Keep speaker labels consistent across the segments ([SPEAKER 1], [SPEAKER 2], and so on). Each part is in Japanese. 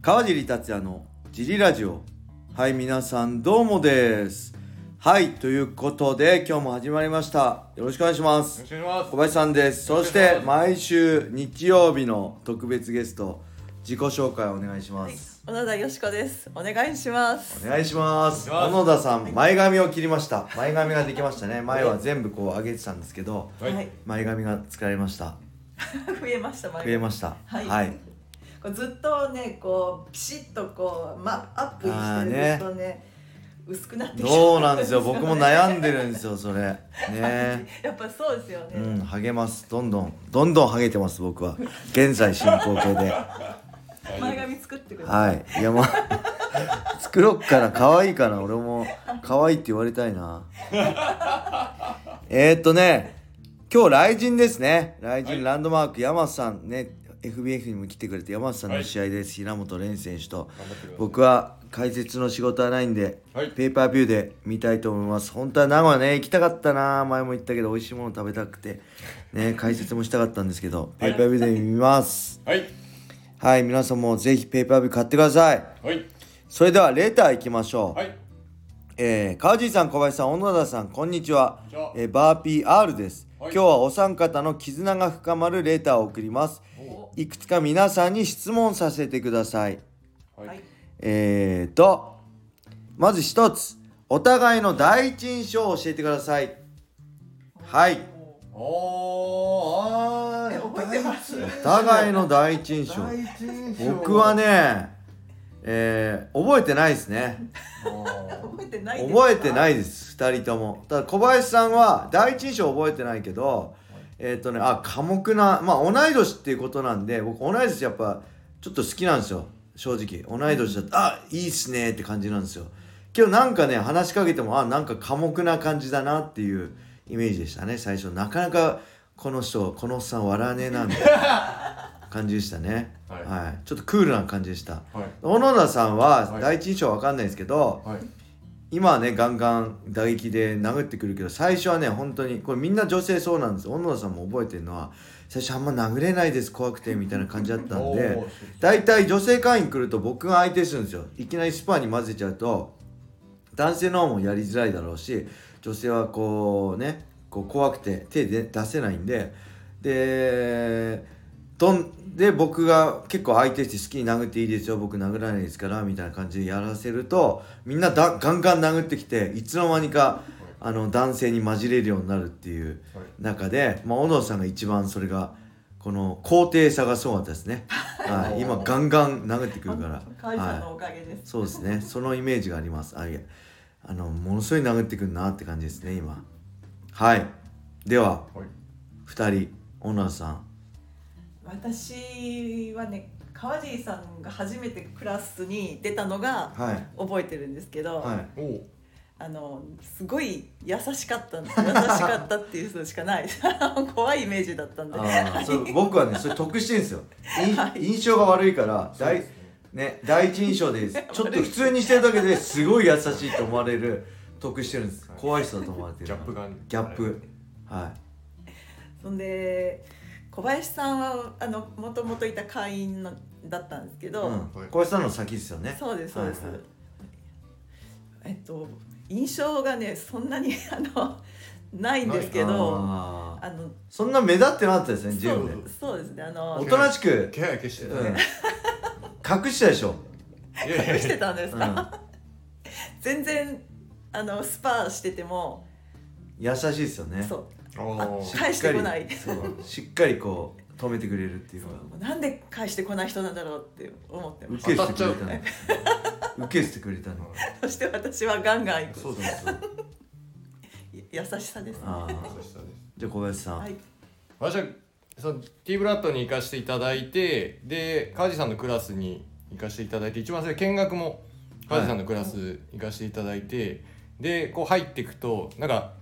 [SPEAKER 1] 川尻達也のジリラジオはい皆さんどうもですはいということで今日も始まりましたよろしくお願いしま
[SPEAKER 2] よ
[SPEAKER 1] す
[SPEAKER 2] ろしくお願い
[SPEAKER 1] 小
[SPEAKER 2] します。
[SPEAKER 1] 林さんですそし
[SPEAKER 2] よろ
[SPEAKER 1] て
[SPEAKER 2] しくお
[SPEAKER 1] 毎週日曜日の特別ゲスト自己紹介お願いします、
[SPEAKER 3] 小野田よしこです。お願いします。
[SPEAKER 1] お願いします
[SPEAKER 2] お
[SPEAKER 1] 小
[SPEAKER 2] 願いします
[SPEAKER 1] 野田さん前髪を切りました前髪ができましたね前は全部こう上げてたんですけど
[SPEAKER 2] はい
[SPEAKER 3] はい、
[SPEAKER 1] 前髪が疲れました
[SPEAKER 3] 増えました。前
[SPEAKER 1] 増えました
[SPEAKER 3] はい
[SPEAKER 1] はい、
[SPEAKER 3] こうずっとね、こうピシッとこうまあアップして
[SPEAKER 1] あーね
[SPEAKER 3] るとね、薄くなってきちゃった
[SPEAKER 1] どうなんですよ
[SPEAKER 3] ね
[SPEAKER 1] 僕も悩んでるんですよそれね
[SPEAKER 3] やっぱそうですよね。
[SPEAKER 1] うん励ますどんどんどんどん励げてます僕は現在進行形で
[SPEAKER 3] 前髪作ってくださ
[SPEAKER 1] はいいやまあ 作ろっかな可愛いかな俺も可愛いって言われたいな えーっとね今日来神ですね来神
[SPEAKER 2] はい
[SPEAKER 1] ランドマーク山瀬さんね FBF にも来てくれて山瀬さんの試合です、平本蓮選手と
[SPEAKER 2] 頑張ってください
[SPEAKER 1] 僕は解説の仕事はないんで、
[SPEAKER 2] はい
[SPEAKER 1] ペーパービューで見たいと思います本当は名古屋ね行きたかったな前も言ったけど美味しいもの食べたくてね解説もしたかったんですけどペーパービューで見ます
[SPEAKER 2] はい。
[SPEAKER 1] はい皆さんもぜひペーパービュー買ってください
[SPEAKER 2] はい。
[SPEAKER 1] それではレター行きましょう、
[SPEAKER 2] はい。
[SPEAKER 1] えー川尻さん小林さん小野田さんこんにちは
[SPEAKER 2] こんにちは
[SPEAKER 1] えーバーピー R です、
[SPEAKER 2] はい
[SPEAKER 1] 今日はお三方の絆が深まるレターを送ります
[SPEAKER 3] お
[SPEAKER 1] いくつか皆さんに質問させてください
[SPEAKER 3] い。
[SPEAKER 2] は
[SPEAKER 3] はいい。。
[SPEAKER 1] えーとまず一つお互いの第一印象を教えてくださいはい
[SPEAKER 2] おー、あー、
[SPEAKER 3] え覚えてます
[SPEAKER 1] お
[SPEAKER 2] 第一印象
[SPEAKER 1] 互いの第一印象
[SPEAKER 2] 第一印象
[SPEAKER 1] 僕は、ねえー覚えてないですね
[SPEAKER 2] あー
[SPEAKER 3] 覚えてないですか。。
[SPEAKER 1] 覚えてないいです2人ともただ小林さんは第一印象覚えてないけどえっ、とねあ寡黙なまあ同い年っていうことなんで僕同い年やっぱちょっと好きなんですよ正直同い年だったあいいっすねって感じなんですよけどなんかね話しかけてもあなんか寡黙な感じだなっていうイメージでしたね最初なかなかこの人このおっさん笑わねえなみたいな感じでしたね
[SPEAKER 2] はい
[SPEAKER 1] はい、ちょっとクールな感じでした
[SPEAKER 2] はい。
[SPEAKER 1] 小野田さんは
[SPEAKER 2] はい
[SPEAKER 1] 第一印象わかんないですけど、
[SPEAKER 2] はい。
[SPEAKER 1] 今はねガンガン打撃で殴ってくるけど最初はね本当にこれみんな女性そうなんです小野田さんも覚えてるのは最初あんま殴れないです怖くてみたいな感じだったんで
[SPEAKER 2] おー
[SPEAKER 1] 大体女性会員来ると僕が相手するんですよいきなりスパーに混ぜちゃうと男性の方もやりづらいだろうし女性はこうねこう怖くて手で出せないんででどんで僕が結構相手して好きに殴っていいですよ僕殴らないですからみたいな感じでやらせるとみんなだガンガン殴ってきていつの間にかあの男性に混じれるようになるっていう
[SPEAKER 2] はい
[SPEAKER 1] 中で、まあ、小野さんが一番それがこの高低差がすごかったですね、はい、今ガンガン殴ってくるから。
[SPEAKER 3] 川尻さん
[SPEAKER 1] はい
[SPEAKER 3] のおかげです。
[SPEAKER 1] そうですね。そのイメージがあります。あいや、あのものすごい殴ってくるなって感じですね。今。はい。では
[SPEAKER 2] はい。
[SPEAKER 1] 二人オナーさん。
[SPEAKER 3] 私はね、川尻さんが初めてクラスに出たのが
[SPEAKER 1] はい。
[SPEAKER 3] 覚えてるんですけど、
[SPEAKER 1] はい。
[SPEAKER 2] おー
[SPEAKER 3] あのすごい優しかったんです優しかったっていう人しかない 怖いイメージだったんで
[SPEAKER 1] ああ、そう僕はね、それ得してんですよ。い印象が悪いから、
[SPEAKER 2] そう
[SPEAKER 1] 第
[SPEAKER 2] ですね
[SPEAKER 1] ね第一印象です。ちょっと普通にしてるだけですごい優しいと思われる得してるんです。怖い人だと思われてる。
[SPEAKER 2] ギャップ。がある。
[SPEAKER 1] ギャップ。は
[SPEAKER 3] そんで小林さんはあのもともといた会員のだったんですけ
[SPEAKER 1] い。
[SPEAKER 3] ど、
[SPEAKER 1] うん。小林さんの先ですよね。
[SPEAKER 3] そうですそうです、
[SPEAKER 1] はいはい
[SPEAKER 3] えっと印象がねそんなにあの ないんですけど
[SPEAKER 1] あー
[SPEAKER 3] あの
[SPEAKER 1] そんな目立ってなかったですね、ジ
[SPEAKER 3] そ
[SPEAKER 1] ムで
[SPEAKER 3] う。そうですねあ
[SPEAKER 1] お
[SPEAKER 3] の
[SPEAKER 1] となしく
[SPEAKER 2] 気配消してたね。
[SPEAKER 1] うん、隠したでしょ、
[SPEAKER 2] いやいや
[SPEAKER 3] 隠し
[SPEAKER 2] いや
[SPEAKER 3] てたんです
[SPEAKER 1] う
[SPEAKER 3] か、
[SPEAKER 1] ん、
[SPEAKER 3] 全然あのスパーしてても、
[SPEAKER 1] 優しいですよね
[SPEAKER 3] そう
[SPEAKER 2] お
[SPEAKER 3] あ
[SPEAKER 2] ー
[SPEAKER 3] 返してこない
[SPEAKER 1] そうしっかりこう止めてくれるっていうのが
[SPEAKER 3] なんで返してこない人なんだろうって思ってます
[SPEAKER 1] 受けしてくれ
[SPEAKER 2] 当た
[SPEAKER 1] たの受けしてくれたの
[SPEAKER 3] そして私はガンガン行く
[SPEAKER 2] そうそうそう。
[SPEAKER 3] 優しさですね
[SPEAKER 1] ああ
[SPEAKER 2] そうでしたね
[SPEAKER 1] じゃあ小林さん、
[SPEAKER 3] はい
[SPEAKER 2] 私はその T ブラッドに行かせていただいてで川地さんのクラスに行かせていただいて一番最初見学も川地さんのクラス行かせていただいて、でこう入っていくとなんか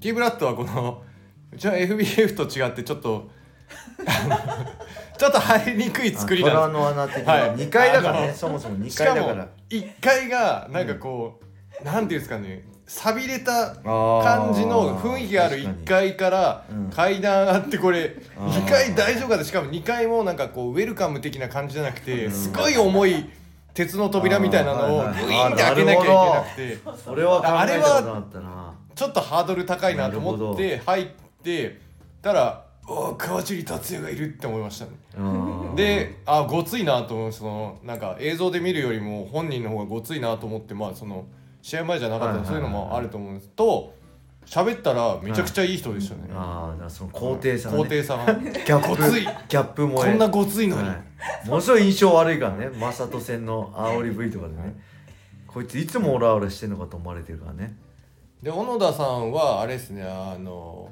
[SPEAKER 2] T ブラッドはこの うちの FBF と違ってちょっと あのちょっと入りにくい作り
[SPEAKER 1] あ
[SPEAKER 2] な
[SPEAKER 1] 虎
[SPEAKER 2] んで
[SPEAKER 1] の穴的
[SPEAKER 2] は
[SPEAKER 1] ない2階だから
[SPEAKER 2] あ
[SPEAKER 1] ね
[SPEAKER 2] の
[SPEAKER 1] そもそも2
[SPEAKER 2] すしか
[SPEAKER 1] 階だから
[SPEAKER 2] も1階がなんかこう、なんていうんですかね錆びれ
[SPEAKER 1] 感
[SPEAKER 2] た感じの雰囲気がある1階から
[SPEAKER 1] うん
[SPEAKER 2] 階段あってこれ
[SPEAKER 1] あー
[SPEAKER 2] 2階大丈夫かでしかも2階もなんかこうウェルカム的な感じじゃなく
[SPEAKER 1] う
[SPEAKER 2] て
[SPEAKER 1] ん
[SPEAKER 2] すごい重い鉄の扉みたいなのを
[SPEAKER 1] あ
[SPEAKER 2] ブイ
[SPEAKER 1] ーはい
[SPEAKER 2] ーン
[SPEAKER 1] はい
[SPEAKER 2] って開けなきゃいけなくて
[SPEAKER 1] それは考
[SPEAKER 2] あ
[SPEAKER 1] え
[SPEAKER 2] れ
[SPEAKER 1] た
[SPEAKER 2] は
[SPEAKER 1] ことなかったな
[SPEAKER 2] ちょっとハードル高いなと思っ
[SPEAKER 1] な
[SPEAKER 2] て入ってたら「おお川尻達也がいる」って思いましたね。
[SPEAKER 1] うん
[SPEAKER 2] であごついなと思うそのなんか映像で見るよりも本人の方がごついなと思ってまあその試合前じゃなかったら
[SPEAKER 1] はい
[SPEAKER 2] そ
[SPEAKER 1] は
[SPEAKER 2] う
[SPEAKER 1] い
[SPEAKER 2] いう
[SPEAKER 1] はい
[SPEAKER 2] のもあると思うんですと喋ったらめちゃくちゃいい人でしたね。
[SPEAKER 1] ああだからその肯定さがね
[SPEAKER 2] 高低 差が
[SPEAKER 1] ギャッ
[SPEAKER 2] ごつい
[SPEAKER 1] プギャップも
[SPEAKER 2] こんなごついのに、
[SPEAKER 1] ものすごい印象悪いからねマサト戦の煽り V とかでねこいついつもオラオラしてんのかと思われてるからね
[SPEAKER 2] で小野田さんはあれですねあの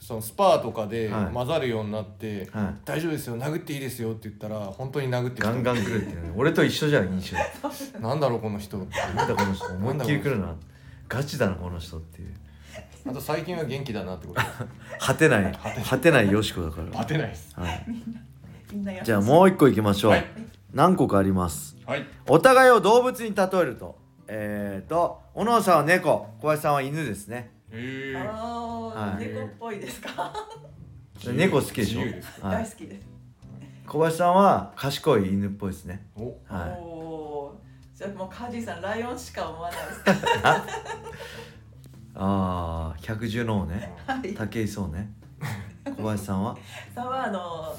[SPEAKER 2] そのスパーとかで
[SPEAKER 1] はい
[SPEAKER 2] 混ざるようになって「
[SPEAKER 1] はい
[SPEAKER 2] 大丈夫ですよ殴っていいですよ」って言ったら本当に殴ってき
[SPEAKER 1] ガ
[SPEAKER 2] た
[SPEAKER 1] ンガン来るっていうね俺と一緒じゃん印象
[SPEAKER 2] なんだろうこの人って
[SPEAKER 1] なんだこの人思いっきり来るなガチだなこの人っていう
[SPEAKER 2] あと最近は元気だなって ことです
[SPEAKER 1] 果てない果てないよしこだから
[SPEAKER 2] 当てないです
[SPEAKER 1] はい
[SPEAKER 3] みんなや
[SPEAKER 1] じゃあもう一個いきましょう、
[SPEAKER 2] はい
[SPEAKER 1] 何個かあります
[SPEAKER 2] はい
[SPEAKER 1] お互いを動物に例えるとえー、と小野さんは猫小林さんは犬ですね
[SPEAKER 2] へえ
[SPEAKER 3] あ
[SPEAKER 1] は
[SPEAKER 3] ー
[SPEAKER 1] い
[SPEAKER 3] 猫っぽいですか、
[SPEAKER 2] 自由
[SPEAKER 1] 猫好きでしょ
[SPEAKER 2] 自由です
[SPEAKER 1] は
[SPEAKER 3] 大
[SPEAKER 1] い、
[SPEAKER 3] 好きです、
[SPEAKER 1] 小林さんは賢い犬っぽいですね
[SPEAKER 2] お
[SPEAKER 1] はい
[SPEAKER 3] おーじゃあもうカージーさんライオンしか思わないですか
[SPEAKER 1] ああ百獣の王ね
[SPEAKER 3] はい
[SPEAKER 1] 武井壮ね小林さんは
[SPEAKER 3] さはあの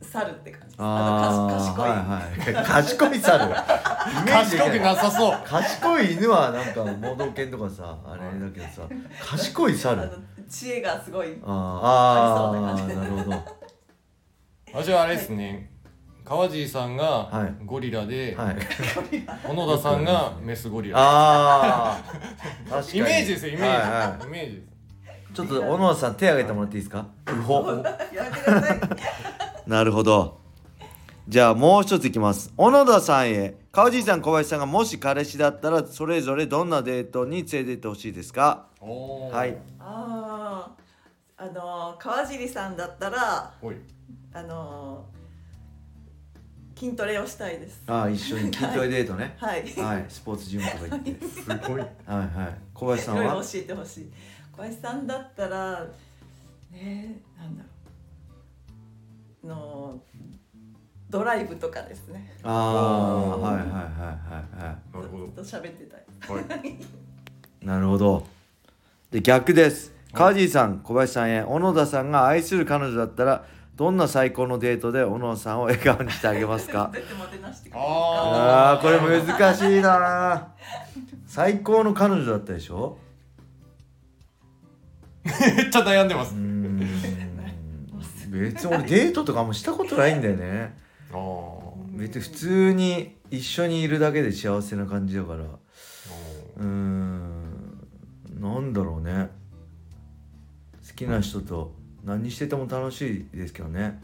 [SPEAKER 3] 猿って感じです
[SPEAKER 1] あ
[SPEAKER 3] あとかし
[SPEAKER 1] あ
[SPEAKER 3] 賢い、
[SPEAKER 1] はいはい賢い猿イメージ
[SPEAKER 2] 賢
[SPEAKER 1] でき
[SPEAKER 2] く
[SPEAKER 1] ない
[SPEAKER 2] なさそう
[SPEAKER 1] 賢い犬はなんか盲導犬とかさあれだけどさ賢い猿
[SPEAKER 3] あの知恵がすごい
[SPEAKER 1] あ
[SPEAKER 3] あり
[SPEAKER 1] ーあ
[SPEAKER 3] そうな
[SPEAKER 1] ー
[SPEAKER 3] 感じ
[SPEAKER 1] なるほど
[SPEAKER 2] 私はあれですね川地さん
[SPEAKER 1] は
[SPEAKER 2] が
[SPEAKER 1] い
[SPEAKER 2] ゴリラで、
[SPEAKER 1] はい
[SPEAKER 2] 小野田さんがメスゴリラ
[SPEAKER 1] ああ確かに
[SPEAKER 2] イメージですよイメージ、
[SPEAKER 1] はいは
[SPEAKER 2] イメージです
[SPEAKER 1] いちょっと小野さん手挙げてもらっていいですかうほ
[SPEAKER 3] やめてください
[SPEAKER 1] なるほどじゃあもう一ついきます小野田さんへ川尻さん小林さんがもし彼氏だったらそれぞれどんなデートに連れてってほしいですか
[SPEAKER 2] おー
[SPEAKER 1] はい
[SPEAKER 3] あああの川尻さんだったら
[SPEAKER 2] おい
[SPEAKER 3] あの筋トレをしたいです
[SPEAKER 1] ああ一緒に筋トレデートね
[SPEAKER 3] はい、
[SPEAKER 1] はいスポーツジムとか行って
[SPEAKER 2] すご
[SPEAKER 1] は
[SPEAKER 2] い
[SPEAKER 1] いはい小林
[SPEAKER 3] い
[SPEAKER 1] さん
[SPEAKER 3] ろいろ
[SPEAKER 1] は
[SPEAKER 3] 教えてほしい小林さんだったらねえなんだろうあのドライブとかですね
[SPEAKER 1] ああはいはいはいはいは
[SPEAKER 2] なるほど
[SPEAKER 3] ずっと喋ってたい
[SPEAKER 2] はい
[SPEAKER 1] いなるほどで逆です川尻さん小林さんへ小野田さんが愛する彼女だったらどんな最高のデートで小野さんを笑顔にしてあげますか
[SPEAKER 3] どうやってもてなしてくれ
[SPEAKER 2] あ
[SPEAKER 3] るか
[SPEAKER 1] あーこれ難しいな最高の彼女だったでしょ
[SPEAKER 2] めっちゃ悩んでます
[SPEAKER 1] うーん別に俺デートとかもしたことないんだよね
[SPEAKER 2] あーお
[SPEAKER 1] 別に普通に一緒にいるだけで幸せな感じだからうーんなんだろうね好きな人と何してても楽しいですけどね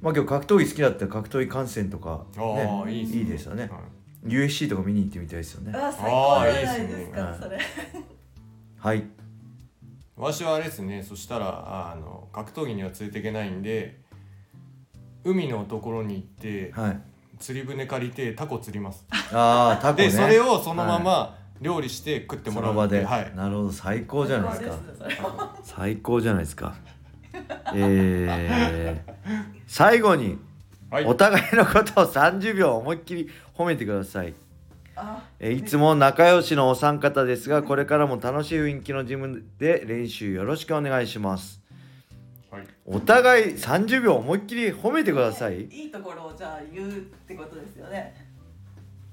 [SPEAKER 1] まあ今日格闘技好きだったら格闘技観戦とか、
[SPEAKER 2] ーあー
[SPEAKER 1] ね、
[SPEAKER 2] いいですね
[SPEAKER 1] いいですよね
[SPEAKER 2] ー、はい
[SPEAKER 1] UFC とか見に行ってみたいですよね
[SPEAKER 3] あー最高じゃないですか
[SPEAKER 1] あーいいっすね
[SPEAKER 3] それ
[SPEAKER 1] はい
[SPEAKER 2] わしはあれですねそしたらあの格闘技には連れていけないんで海のところに行って
[SPEAKER 1] はい
[SPEAKER 2] 釣り船借りてタコ釣ります
[SPEAKER 1] ああタコね
[SPEAKER 2] でそれをそのまま料理して食って
[SPEAKER 1] そ
[SPEAKER 2] もらう
[SPEAKER 1] の
[SPEAKER 2] ん
[SPEAKER 1] 場
[SPEAKER 2] で
[SPEAKER 1] で、
[SPEAKER 2] はい
[SPEAKER 1] なるほど最高じゃないですか
[SPEAKER 3] 最高ねそれ
[SPEAKER 1] 最高じゃないですかえー、最後に
[SPEAKER 2] はい
[SPEAKER 1] お互いのことを30秒思いっきり褒めてください、
[SPEAKER 3] あ
[SPEAKER 1] えーいつも仲良しのお三方ですがこれからも楽しい雰囲気のジムで練習よろしくお願いします
[SPEAKER 2] はい
[SPEAKER 1] お互い30秒思いっきり褒めてください
[SPEAKER 3] いいところをじゃあ言うってことですよね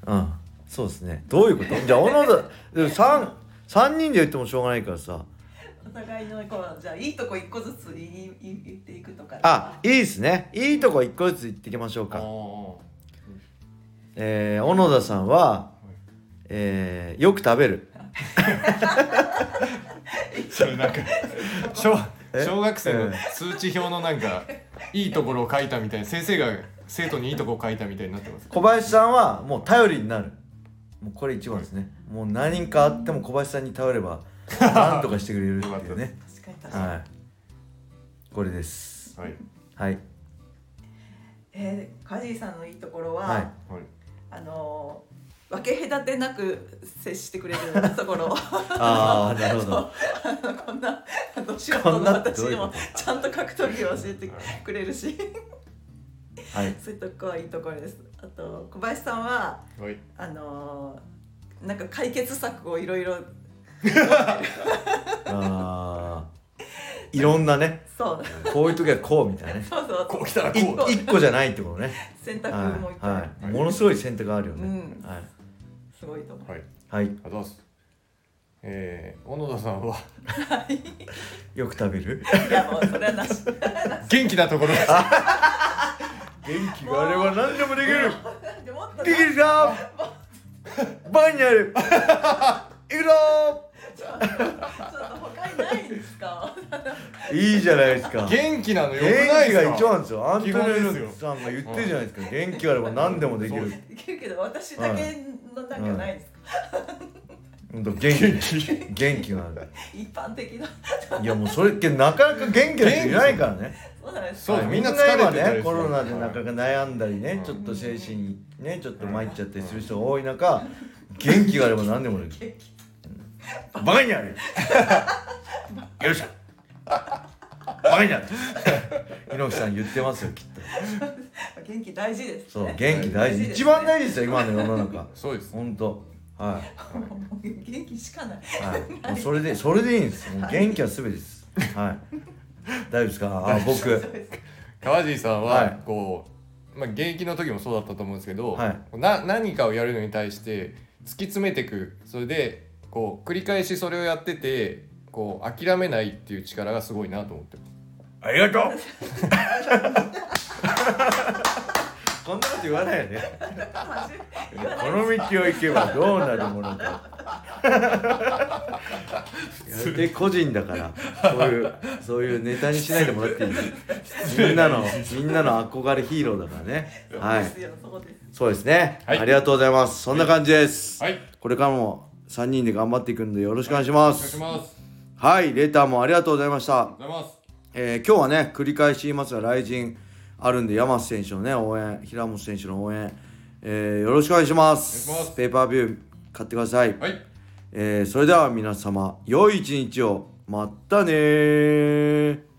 [SPEAKER 1] うんそうですねどういうことじゃあ小野田でも 3, 3人で言ってもしょうがないからさ
[SPEAKER 3] お互いのこうじゃあいいとこ一個ずつ言い言い言っていくとか
[SPEAKER 1] あいいですねいいとこ1個ずつ言っていきましょう
[SPEAKER 2] あ
[SPEAKER 1] か
[SPEAKER 2] ー
[SPEAKER 1] えー、小野田さんは、えー、よく食べる
[SPEAKER 2] それなんか小
[SPEAKER 1] え
[SPEAKER 2] 小学生の数値表のなんかいいところを書いたみたいな先生が生徒にいいところを書いたみたいになってます
[SPEAKER 1] 小林さんはもう頼りになるもうこれ一番ですねもう何人かあっても小林さんに頼れば何とかしてくれるっていう ね
[SPEAKER 3] 確かに確かに、
[SPEAKER 1] はいこれです
[SPEAKER 2] はい
[SPEAKER 1] はい
[SPEAKER 3] えー、カジーさんのいいところは、
[SPEAKER 1] はい
[SPEAKER 2] はい
[SPEAKER 3] あのー分け隔てなく接してくれるとこ ろ
[SPEAKER 1] ああなるほど
[SPEAKER 3] あのこんなあの仕
[SPEAKER 1] こ
[SPEAKER 3] 事
[SPEAKER 1] んな
[SPEAKER 3] の私
[SPEAKER 1] どうい
[SPEAKER 3] に
[SPEAKER 1] うこ
[SPEAKER 3] も
[SPEAKER 1] と
[SPEAKER 3] ちゃんと格闘技を教えてくれるし
[SPEAKER 1] はい
[SPEAKER 3] そういうとこはいいところですあと小林さんは
[SPEAKER 2] はい
[SPEAKER 3] あのーなんか解決策をいろいろ
[SPEAKER 1] あーいろんなね
[SPEAKER 3] そう
[SPEAKER 1] こういう時はこうみたいなね
[SPEAKER 3] そうそう
[SPEAKER 2] こう来たら
[SPEAKER 1] い
[SPEAKER 2] こう
[SPEAKER 1] 一個じゃないってことね
[SPEAKER 3] 選択もいっ
[SPEAKER 1] はい、
[SPEAKER 3] ぱい、
[SPEAKER 1] はい、ものすごい選択があるよね、
[SPEAKER 3] うん
[SPEAKER 1] はい、
[SPEAKER 3] すごいと思う、
[SPEAKER 2] はい
[SPEAKER 1] はい、
[SPEAKER 2] あどうすえー、小野田さんは
[SPEAKER 1] よく食べる
[SPEAKER 3] い、やもうそれはなし
[SPEAKER 2] 元気なところが元気
[SPEAKER 1] あれは何でもできる
[SPEAKER 3] でもっと
[SPEAKER 1] できるぞ倍になるいくぞ
[SPEAKER 3] ちょっとちょっと他にないんですか
[SPEAKER 1] いいじゃないですか
[SPEAKER 2] 元気なのよくな
[SPEAKER 1] 元気
[SPEAKER 2] いです
[SPEAKER 1] が
[SPEAKER 2] か
[SPEAKER 1] 一番なんですよアントニ
[SPEAKER 2] 基
[SPEAKER 1] オ
[SPEAKER 2] 本ですよ
[SPEAKER 1] 猪木さんが言ってるじゃないですか元気があれば何でもでき
[SPEAKER 2] そう
[SPEAKER 1] る
[SPEAKER 2] で
[SPEAKER 3] できるけど私だけのなんかないんですか、
[SPEAKER 1] 本当元気元気がある
[SPEAKER 3] 一般的ない
[SPEAKER 1] やもうそれってなかなか元気な人いないからね
[SPEAKER 3] そうなんです
[SPEAKER 2] そう
[SPEAKER 1] はい
[SPEAKER 2] み
[SPEAKER 1] み
[SPEAKER 2] ん
[SPEAKER 1] ん
[SPEAKER 2] な
[SPEAKER 1] な
[SPEAKER 2] 疲れて
[SPEAKER 1] 今
[SPEAKER 2] たりする
[SPEAKER 1] ねコロナでなかなか悩んだりね
[SPEAKER 2] はい
[SPEAKER 1] ちょっと精神にねちょっと参っちゃったりする人が多い中元気があれば何でもできる
[SPEAKER 3] 元気
[SPEAKER 1] バカになるよいしょバカになる猪木さん言ってますよきっ
[SPEAKER 3] 元気大事です
[SPEAKER 1] とそう
[SPEAKER 3] ね
[SPEAKER 1] 元気大事一番大事ですよ今の世の中
[SPEAKER 2] そうです
[SPEAKER 1] 本当は
[SPEAKER 3] もう元気しかない
[SPEAKER 1] いはいもうそれでそれでいいんですもう元気は全てですはい大丈夫ですかあ僕
[SPEAKER 3] そうです
[SPEAKER 2] 川尻さん
[SPEAKER 1] は
[SPEAKER 2] はいこう、まあ、現役の時もそうだったと思うんですけど、
[SPEAKER 1] はい
[SPEAKER 2] な何かをやるのに対して突き詰めていくそれでこう繰り返しそれをやっててこう諦めないっていう力がすごいなと思ってます
[SPEAKER 1] ありがとう こんなこと言わないよね
[SPEAKER 3] 言わない
[SPEAKER 1] この道を行けばどうなるものかで個人だからそういうそういうネタにしないでもらっていいみんなのみんなの憧れヒーローだからねは
[SPEAKER 3] はい
[SPEAKER 1] い
[SPEAKER 3] そうです
[SPEAKER 1] そうですね、
[SPEAKER 2] はい
[SPEAKER 1] ありがとうございますそんな感じです、
[SPEAKER 2] はい
[SPEAKER 1] これからも3人で頑張っていくんでよろしくお願いしま
[SPEAKER 2] お願いし
[SPEAKER 1] す
[SPEAKER 2] ます
[SPEAKER 1] はいレターもありがとうございました
[SPEAKER 2] ありがとうございます
[SPEAKER 1] えー今日はね繰り返し言いますが来陣あるんで山瀬選手のね応援平本選手の応援、えーよろしくお願いします
[SPEAKER 2] お願いします
[SPEAKER 1] ペーパービュー買ってください、
[SPEAKER 2] はい
[SPEAKER 1] えーそれでは皆様良い一日をまたねー